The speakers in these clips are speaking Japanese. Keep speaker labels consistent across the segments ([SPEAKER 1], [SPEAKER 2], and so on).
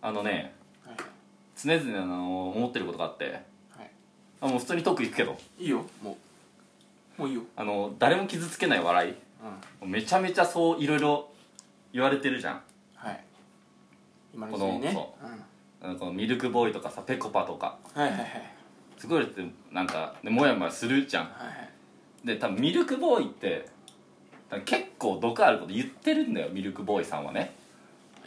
[SPEAKER 1] あのね
[SPEAKER 2] はい
[SPEAKER 1] 常々あの思ってることがあって
[SPEAKER 2] はい
[SPEAKER 1] あもう普通にトークいくけど
[SPEAKER 2] いいよもうもういいよ
[SPEAKER 1] あの誰も傷つけない笑
[SPEAKER 2] うん
[SPEAKER 1] いめちゃめちゃそういろいろ言われてるじゃん
[SPEAKER 2] はい今の時代ね
[SPEAKER 1] こ
[SPEAKER 2] うん、
[SPEAKER 1] あのこのミルクボーイとかさぺこぱとか
[SPEAKER 2] はいはいはい
[SPEAKER 1] すごいってなんかねもやもやするじゃん
[SPEAKER 2] はいはい
[SPEAKER 1] で多分ミルクボーイって多分結構毒あること言ってるんだよミルクボーイさんはね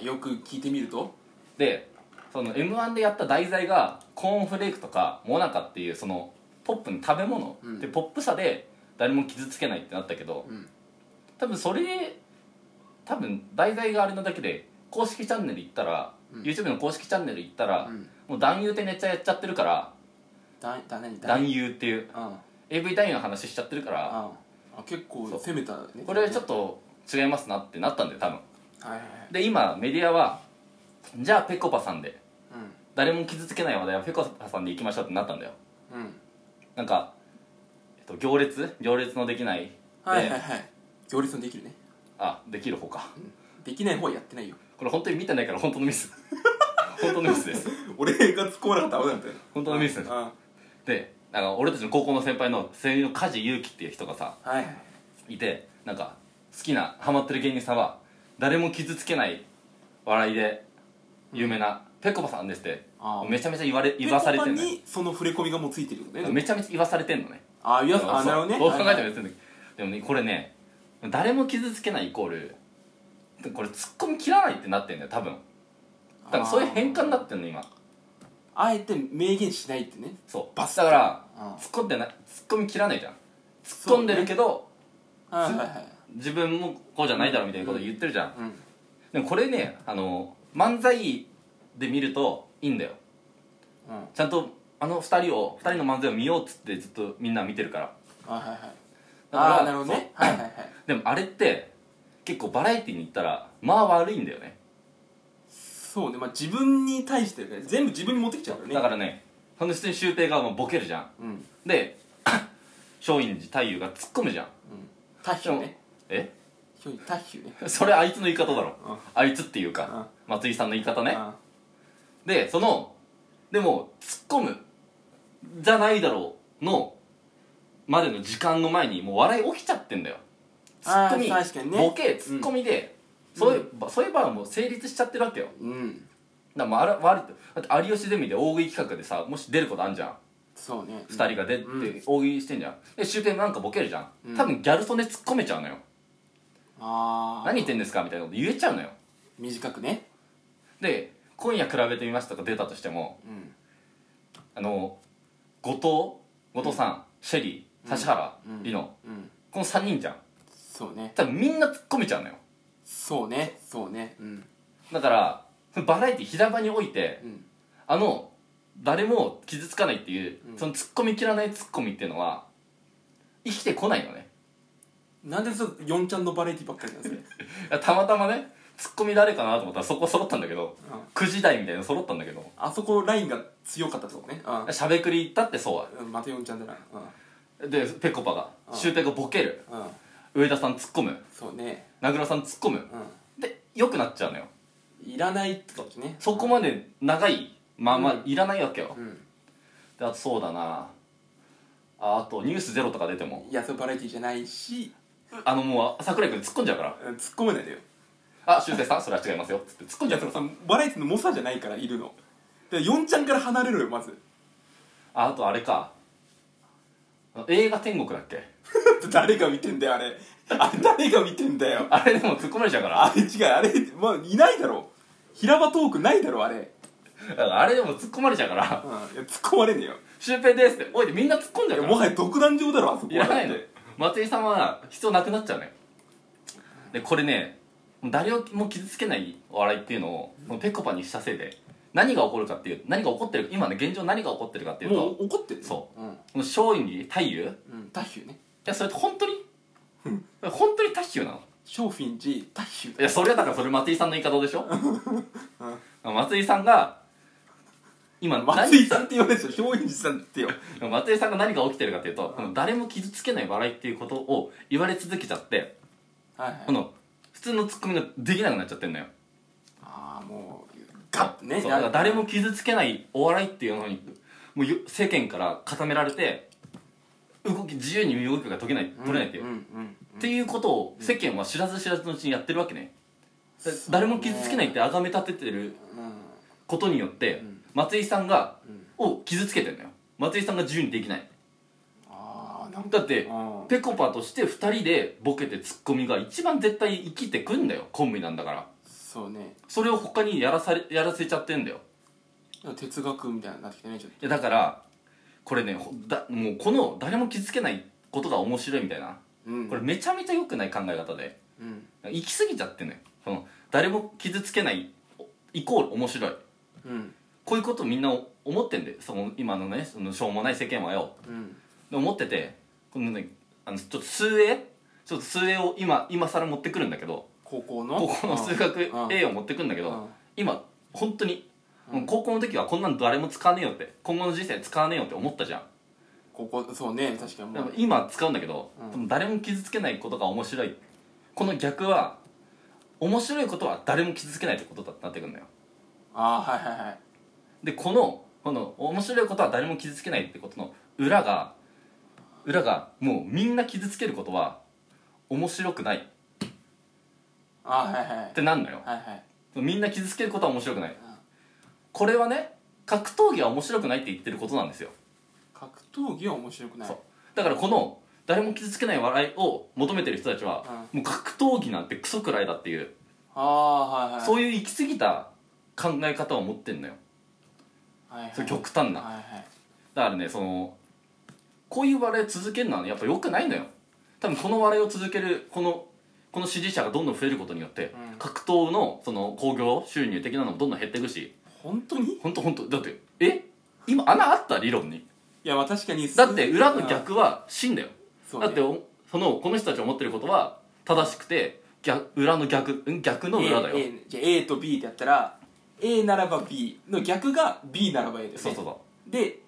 [SPEAKER 2] よく聞いてみると
[SPEAKER 1] でその m 1でやった題材がコーンフレークとかモナカっていうそのポップの食べ物、
[SPEAKER 2] うん
[SPEAKER 1] でポップさで誰も傷つけないってなったけど
[SPEAKER 2] うん
[SPEAKER 1] 多分それ多分題材があれなだけで公式チャンネル行ったら、
[SPEAKER 2] うん
[SPEAKER 1] YouTube の公式チャンネル行ったら、
[SPEAKER 2] うん
[SPEAKER 1] もう男優ってめっちゃやっちゃってるから
[SPEAKER 2] だだ何だ
[SPEAKER 1] 男優っていう
[SPEAKER 2] うんうん
[SPEAKER 1] AV 男優の話しちゃってるから
[SPEAKER 2] あ結構
[SPEAKER 1] そう
[SPEAKER 2] 攻めたね
[SPEAKER 1] これちょっ
[SPEAKER 2] と
[SPEAKER 1] と違いますなってなったんだよ多分
[SPEAKER 2] はいはいはい
[SPEAKER 1] で今メディアはじゃあぺこぱさんで
[SPEAKER 2] う
[SPEAKER 1] 誰も傷つけない話題はぺこぱさんで行きましょうってなったんだよ
[SPEAKER 2] んうん
[SPEAKER 1] なんか、えっと、行列行列のできない
[SPEAKER 2] はい
[SPEAKER 1] で
[SPEAKER 2] はいはい行列のできるね
[SPEAKER 1] あできる方か
[SPEAKER 2] できない方はやってないよ
[SPEAKER 1] これ本当に見てないから本当のミス 本当のミスです
[SPEAKER 2] 俺が突っ込まなかったら危ないみたいな
[SPEAKER 1] 本当のミスです
[SPEAKER 2] あ
[SPEAKER 1] でなんか俺たちの高校の先輩の声優の梶裕貴っていう人がさ
[SPEAKER 2] はいはい
[SPEAKER 1] いてなんか好きなハマってる芸人さんは誰も傷つけない笑いで有名なぺこぱさんですって
[SPEAKER 2] あ
[SPEAKER 1] めちゃめちゃ言われ言わされて
[SPEAKER 2] ペ
[SPEAKER 1] ん
[SPEAKER 2] コ
[SPEAKER 1] の
[SPEAKER 2] パ
[SPEAKER 1] よ
[SPEAKER 2] にその触れ込みがもうついてるよね
[SPEAKER 1] めちゃめちゃ言わされてんのね
[SPEAKER 2] ああ言わ
[SPEAKER 1] そう
[SPEAKER 2] あなるほどね
[SPEAKER 1] どう考えても
[SPEAKER 2] はい
[SPEAKER 1] 別にでもねこれね誰も傷つけないイコールこれツッコミ切らないってなってんだよ多分多分そういう変換になってんの今
[SPEAKER 2] あえて明言しないってね
[SPEAKER 1] そう
[SPEAKER 2] バ
[SPEAKER 1] だ
[SPEAKER 2] ス
[SPEAKER 1] から
[SPEAKER 2] あ
[SPEAKER 1] 突っ込んでないツッコミ切らないじゃん突っ込んでるけど、
[SPEAKER 2] あはいはいはい
[SPEAKER 1] 自分もこうじゃないだろみたいなこと言ってるじゃん、
[SPEAKER 2] うん
[SPEAKER 1] でもこれねあの漫才で見るといいんだよ
[SPEAKER 2] うん
[SPEAKER 1] ちゃんとあの2人を2人の漫才を見ようっつってずっとみんな見てるから
[SPEAKER 2] はいはいはい
[SPEAKER 1] だから
[SPEAKER 2] ああなるほどねはいはいはい
[SPEAKER 1] でもあれって結構バラエティーに行ったらまあ悪いんだよね
[SPEAKER 2] そうねまあ自分に対してだからね全部自分に持ってきちゃうからね
[SPEAKER 1] だからねほんで普通にシュウペイがもうボケるじゃん
[SPEAKER 2] うん
[SPEAKER 1] で 松陰寺太夫が突っ込むじゃん
[SPEAKER 2] タッヒュね
[SPEAKER 1] え
[SPEAKER 2] ひょいタッヒュね
[SPEAKER 1] それあいつの言い方だろ
[SPEAKER 2] うん
[SPEAKER 1] あいつっていうか松井さんの言い方ね
[SPEAKER 2] あ
[SPEAKER 1] でそのでも突っ込むじゃないだろうのまでの時間の前にもう笑い起きちゃってんだよツッ
[SPEAKER 2] あ
[SPEAKER 1] コミ
[SPEAKER 2] 確かにね
[SPEAKER 1] ボケツッコミで、そういうそういう場合はもう成立しちゃってるわけよ
[SPEAKER 2] うん
[SPEAKER 1] だからもうあら悪いとだって有吉ゼミで大食い企画でさもし出ることあんじゃん
[SPEAKER 2] そうね
[SPEAKER 1] 2人が出て
[SPEAKER 2] うん
[SPEAKER 1] 大食いしてんじゃんで終点なんかボケるじゃ
[SPEAKER 2] うんん
[SPEAKER 1] 多分ギャル曽根突っ込めちゃうのよ
[SPEAKER 2] ああ
[SPEAKER 1] 何言ってんですかみたいなこと言えちゃうのよ
[SPEAKER 2] 短くね
[SPEAKER 1] で「今夜比べてみます」とか出たとしても
[SPEAKER 2] うん
[SPEAKER 1] あの後藤後藤さん、シェリー指原、
[SPEAKER 2] うん
[SPEAKER 1] リノ
[SPEAKER 2] うん
[SPEAKER 1] この3人じゃん
[SPEAKER 2] そうね
[SPEAKER 1] 多分みんな突っ込めちゃうのよ
[SPEAKER 2] そうねそうねうん
[SPEAKER 1] だからバラエティ平場において
[SPEAKER 2] うん
[SPEAKER 1] あの誰も傷つかないっていう、
[SPEAKER 2] うん
[SPEAKER 1] その突っ込み切らない突っ込みっていうのは生きてこないのね
[SPEAKER 2] なんでそう四ちゃんのバラエティばっかりなん ですか
[SPEAKER 1] い やたまたまね突っ込み誰かなと思ったらそこ揃ったんだけど9時台みたいなの揃ったんだけど
[SPEAKER 2] あそこラインが強かったってことねうん
[SPEAKER 1] しゃべくり行ったってそう
[SPEAKER 2] うんまた四ちゃんだなう
[SPEAKER 1] だでぺこぱが
[SPEAKER 2] うん
[SPEAKER 1] シュウペイがボケる
[SPEAKER 2] んうん
[SPEAKER 1] 上田さん突っ込む
[SPEAKER 2] そうね
[SPEAKER 1] 名倉さん突っ込む
[SPEAKER 2] う
[SPEAKER 1] で良くなっちゃうのよ
[SPEAKER 2] んいらないってことね
[SPEAKER 1] そこまで長いまあまあいらないわけよ、
[SPEAKER 2] うん
[SPEAKER 1] であとそうだなああと「ニュースゼロとか出ても
[SPEAKER 2] いやそれバラエティじゃないし
[SPEAKER 1] あのもう桜井君突っ込んじゃうから
[SPEAKER 2] うん突っ込めないでよ
[SPEAKER 1] 「あシュウペイさんそれは違いますよ」っつって突っ込ん
[SPEAKER 2] い
[SPEAKER 1] じゃ
[SPEAKER 2] や
[SPEAKER 1] う
[SPEAKER 2] そ
[SPEAKER 1] か
[SPEAKER 2] の
[SPEAKER 1] ら
[SPEAKER 2] さバラエティの猛者じゃないからいるので4ちゃんから離れろよまず
[SPEAKER 1] ああとあれかあの映画天国だっけ
[SPEAKER 2] 誰が見てんだよあれあれ誰が見てんだよ
[SPEAKER 1] あれでも突っ込まれちゃうから
[SPEAKER 2] あれ違うあれ、まあ、いないだろ平場トークないだろあれ、
[SPEAKER 1] だからあれでも突っ込まれちゃうから
[SPEAKER 2] うん、いや突っ込まれねえよ
[SPEAKER 1] 「シュウペイです」って「おい」でみんな突っ込んじゃ
[SPEAKER 2] いうや
[SPEAKER 1] か
[SPEAKER 2] も
[SPEAKER 1] ら
[SPEAKER 2] はや独壇場だろあそこ
[SPEAKER 1] いらないの
[SPEAKER 2] だって
[SPEAKER 1] 松井さんは必要なくなっちゃうねでこれね誰をも傷つけないお笑いっていうのをもうペコパにしたせいで何が起こるかっていう何が起こってる今ね現状何が起こってるかっていうと
[SPEAKER 2] も
[SPEAKER 1] こ
[SPEAKER 2] う怒ってる
[SPEAKER 1] そう
[SPEAKER 2] うん、
[SPEAKER 1] の松陰寺太夫い
[SPEAKER 2] うん、タヒューね
[SPEAKER 1] やそれ本当に本当に太夫なの
[SPEAKER 2] ショーフィンジタヒュ
[SPEAKER 1] い
[SPEAKER 2] ー
[SPEAKER 1] やそれはだからそれ松井さんの言い方でしょ、松井さんが今何
[SPEAKER 2] 松井さんって言われてた松陰寺さんってよ
[SPEAKER 1] 松井さんが何が起きてるかっていうと、この誰も傷つけない笑いっていうことを言われ続けちゃって
[SPEAKER 2] はいはい
[SPEAKER 1] この普通のツッコミができなくなっちゃってんのよ
[SPEAKER 2] ああもうガッてね
[SPEAKER 1] そうだから誰も
[SPEAKER 2] な
[SPEAKER 1] 傷つけないお笑いっていうのにもうよ世間から固められて動き自由に身動きが解けない取れないっていう、
[SPEAKER 2] うんうんうん
[SPEAKER 1] っていうことを世間は知らず知らずのうちにやってるわけねだ誰も傷つけないって崇め立ててることによって、松井さんが、を傷つけてんだよ松井さんが自由にできない
[SPEAKER 2] ああなんか
[SPEAKER 1] だって
[SPEAKER 2] うん
[SPEAKER 1] ぺこぱとして2人でボケてツッコミが一番絶対生きてくんだよコンビなんだから
[SPEAKER 2] そうね
[SPEAKER 1] それを他にやらされやらせちゃってんだよ
[SPEAKER 2] 哲学みたいになってきてねちょっ
[SPEAKER 1] いやだからこれねほだもうこの誰も傷つけないことが面白いみたいな
[SPEAKER 2] とうん
[SPEAKER 1] これめちゃめちゃ良くない考え方で
[SPEAKER 2] うん
[SPEAKER 1] 行き過ぎちゃってんのよその誰も傷つけないイコール面白い
[SPEAKER 2] うん
[SPEAKER 1] こういうことみんな思ってんでその今のねそのしょうもない世間はよ
[SPEAKER 2] うん
[SPEAKER 1] で思っててこのねあのちょっと数 A ちょっと数 A を今今更持ってくるんだけど
[SPEAKER 2] 高校の
[SPEAKER 1] 高校の数学
[SPEAKER 2] うん
[SPEAKER 1] A を持ってくんだけ
[SPEAKER 2] う
[SPEAKER 1] ど
[SPEAKER 2] ん
[SPEAKER 1] 今本当にもう高校の時はこんなの誰も使わねえよって今後の人生使わねえよって思ったじゃん
[SPEAKER 2] 高校そうね確かに
[SPEAKER 1] で
[SPEAKER 2] も
[SPEAKER 1] も
[SPEAKER 2] う
[SPEAKER 1] 今使うんだけど、
[SPEAKER 2] うん
[SPEAKER 1] でも誰も傷つけないことが面白いこの逆は面白いことは誰も傷つけないってことだってなってくるんだよ
[SPEAKER 2] ああはいはいはい
[SPEAKER 1] でこのこの面白いことは誰も傷つけないってことの裏が裏がもうみんな傷つけることは面白くないっ
[SPEAKER 2] ああはいはいはい
[SPEAKER 1] てなんのよ
[SPEAKER 2] はいはい
[SPEAKER 1] みんな傷つけることは面白くないこれはね格闘技は面白くないって言ってることなんですよ
[SPEAKER 2] 格闘技は面白くない
[SPEAKER 1] そうだからこの誰も傷つけない笑いを求めてる人たちは、もう格闘技なんてクソくらいだっていう
[SPEAKER 2] ああはいはい
[SPEAKER 1] そう
[SPEAKER 2] いう
[SPEAKER 1] いう行き過ぎた考え方を持ってんのよ
[SPEAKER 2] はいはい
[SPEAKER 1] それ極端な
[SPEAKER 2] はいはい
[SPEAKER 1] だからねそのこういう笑いを続けるのはねやっぱ良くないのよ多分この笑いを続けるこのこの支持者がどんどん増えることによって、
[SPEAKER 2] うん
[SPEAKER 1] 格闘のその興行収入的なのもどんどん減っていくし
[SPEAKER 2] 本当に
[SPEAKER 1] 本当本当だってえ今穴あった理論に
[SPEAKER 2] いやまあ確かに
[SPEAKER 1] だって裏の逆は真だよ
[SPEAKER 2] そうね
[SPEAKER 1] だっておそのこの人たちが思ってることは正しくて逆裏の逆ん逆の裏だよ、
[SPEAKER 2] A, A じゃあ A と B ってやったら A ならば B の逆が B ならば A だよね
[SPEAKER 1] そうそうそう
[SPEAKER 2] で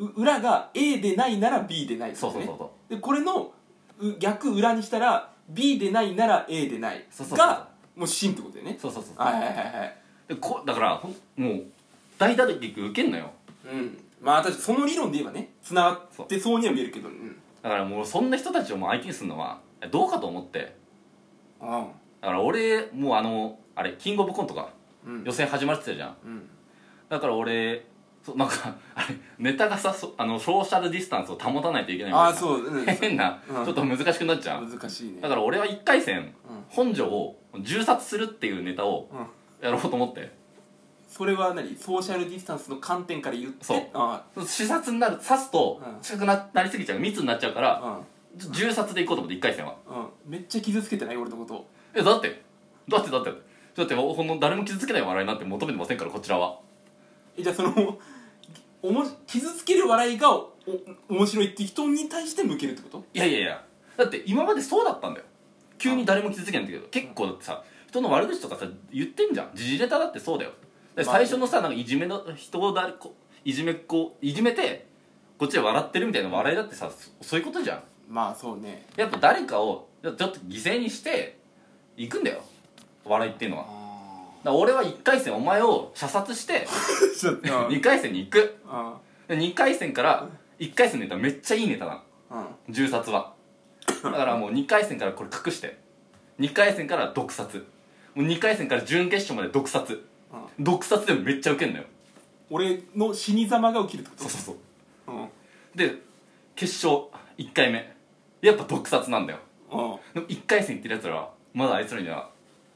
[SPEAKER 2] う裏が A でないなら B でないって
[SPEAKER 1] そ
[SPEAKER 2] こ
[SPEAKER 1] う
[SPEAKER 2] と
[SPEAKER 1] そう
[SPEAKER 2] ね
[SPEAKER 1] そうそう
[SPEAKER 2] でこれのう逆裏にしたら B でないなら A でない
[SPEAKER 1] そうそうそう
[SPEAKER 2] がもう真ってことだよね
[SPEAKER 1] そうそうそう
[SPEAKER 2] はいはいはいはい
[SPEAKER 1] でこだからほんもう大打撃受けんのよ
[SPEAKER 2] うんまあ確かにその理論で言えばねつながってそうには見えるけどうん
[SPEAKER 1] だからもうそんな人たちをもう相手にするのはどうかと思って
[SPEAKER 2] あ
[SPEAKER 1] だから俺もうあのあれキングオブコントか
[SPEAKER 2] うん
[SPEAKER 1] 予選始まってたじゃん
[SPEAKER 2] うん
[SPEAKER 1] だから俺そなんかあれネタがさそあのソーシャルディスタンスを保たないといけないみたいな
[SPEAKER 2] ああそうう ん
[SPEAKER 1] 変な、
[SPEAKER 2] うん
[SPEAKER 1] ちょっと難しくなっちゃう
[SPEAKER 2] 難しいね
[SPEAKER 1] だから俺は1回戦、
[SPEAKER 2] うん
[SPEAKER 1] 本庄を銃殺するっていうネタを
[SPEAKER 2] うん
[SPEAKER 1] やろうと思って
[SPEAKER 2] それは何ソーシャルディスタンスの観点から言って
[SPEAKER 1] そう
[SPEAKER 2] あ
[SPEAKER 1] 視察になる刺すと
[SPEAKER 2] うん
[SPEAKER 1] 近くななりすぎちゃう密になっちゃうから
[SPEAKER 2] あ
[SPEAKER 1] 銃殺でいこうと思って1回戦は
[SPEAKER 2] うんうんめっちゃ傷つけてない俺のことを
[SPEAKER 1] えだってだってだってだってほんの誰も傷つけない笑いなんて求めてませんからこちらは
[SPEAKER 2] えじゃあそのおも傷つける笑いがおお面白いって人に対して向けるってこと
[SPEAKER 1] いやいやいやだって今までそうだったんだよ急に誰も傷つけないんだけど結構だってさ人の悪口とかさ言ってんじゃん時事ネタだってそうだよだって
[SPEAKER 2] まあ
[SPEAKER 1] 最初のさなんかいじめの人をだこいじめっ子いじめてこっちで笑ってるみたいな笑いだってさそそういうことじゃん
[SPEAKER 2] まあそうね
[SPEAKER 1] やっぱ誰かをちょっと犠牲にしていくんだよ笑いっていうのはだか
[SPEAKER 2] あ
[SPEAKER 1] ら俺は1回戦お前を射殺して
[SPEAKER 2] あちょっとうん
[SPEAKER 1] 2回戦に行く
[SPEAKER 2] うん
[SPEAKER 1] で2回戦から1回戦のネタめっちゃいいネタなの銃殺はだからもう2回戦からこれ隠して2回戦から毒殺もう2回戦から準決勝まで毒殺
[SPEAKER 2] うん
[SPEAKER 1] 毒殺でもめっちゃウケんのよ
[SPEAKER 2] 俺の死に様が起きるってこ
[SPEAKER 1] そうそうそう
[SPEAKER 2] とうん
[SPEAKER 1] で決勝1回目やっぱ毒殺なんだよ
[SPEAKER 2] う
[SPEAKER 1] で
[SPEAKER 2] ん
[SPEAKER 1] も1回戦行ってるやつらはまだあいつらには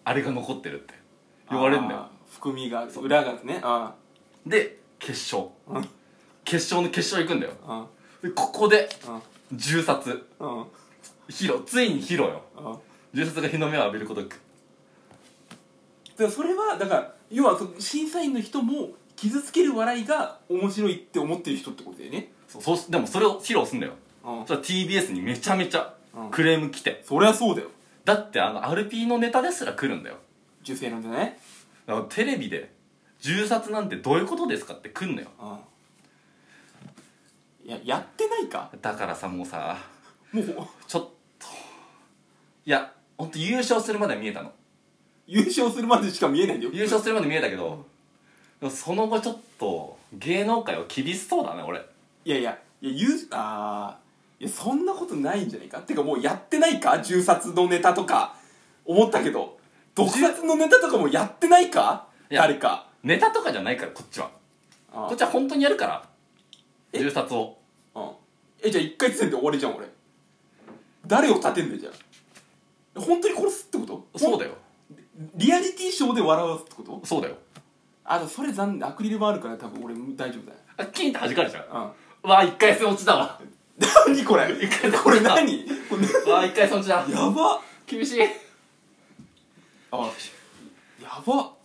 [SPEAKER 1] あれが残ってるって言われるんだよ
[SPEAKER 2] あー含みがある裏があるねあ
[SPEAKER 1] で決勝
[SPEAKER 2] あうん
[SPEAKER 1] 決勝の決勝行くんだよ
[SPEAKER 2] うん
[SPEAKER 1] でここで
[SPEAKER 2] う
[SPEAKER 1] 銃殺
[SPEAKER 2] んうん
[SPEAKER 1] ヒロついにヒロよ
[SPEAKER 2] うん
[SPEAKER 1] 銃殺が日の目を浴びることく
[SPEAKER 2] だからそれはだから要はその審査員の人も傷つける笑いが面白いって思ってる人ってことだよね
[SPEAKER 1] そうそうしでもそれを披露すんだよ
[SPEAKER 2] う
[SPEAKER 1] そ
[SPEAKER 2] ん
[SPEAKER 1] したら TBS にめちゃめちゃ
[SPEAKER 2] うん
[SPEAKER 1] クレーム来て、
[SPEAKER 2] そりゃそうだよ
[SPEAKER 1] だってあの RP のネタですら来るんだよ
[SPEAKER 2] 受精なんじゃない
[SPEAKER 1] だからテレビで銃殺なんてどういうことですかって来んのよ
[SPEAKER 2] うんいややってないか
[SPEAKER 1] だからさもうさ
[SPEAKER 2] もう
[SPEAKER 1] ちょっといやほんと優勝するまでは見えたの
[SPEAKER 2] 優勝するまでしか見えないんだよ
[SPEAKER 1] 優勝するまで見えたけどでもその後ちょっと芸能界は厳しそうだね俺
[SPEAKER 2] いやいやいや言うあーいやそんなことないんじゃないかってかもうやってないか銃殺のネタとか思ったけど毒殺のネタとかもやってないか
[SPEAKER 1] いや
[SPEAKER 2] 誰か
[SPEAKER 1] ネタとかじゃないからこっちは
[SPEAKER 2] あ
[SPEAKER 1] こっちは本当にやるから
[SPEAKER 2] え
[SPEAKER 1] 銃殺を
[SPEAKER 2] うんえじゃあ一回つんで終わりじゃん俺誰を立てんだよじゃあ本当に殺すってこと
[SPEAKER 1] そうだよ
[SPEAKER 2] リアリティショーで笑わすってこと
[SPEAKER 1] そうだよ
[SPEAKER 2] あでもそれ残念アクリル板あるから多分俺大丈夫だよ
[SPEAKER 1] あキーンって弾かれちゃう
[SPEAKER 2] うん
[SPEAKER 1] うわ一回戦落ちだ わ
[SPEAKER 2] 何これこれ何これ
[SPEAKER 1] うわ一回戦落ちだ
[SPEAKER 2] やば
[SPEAKER 1] 厳しい
[SPEAKER 2] あやば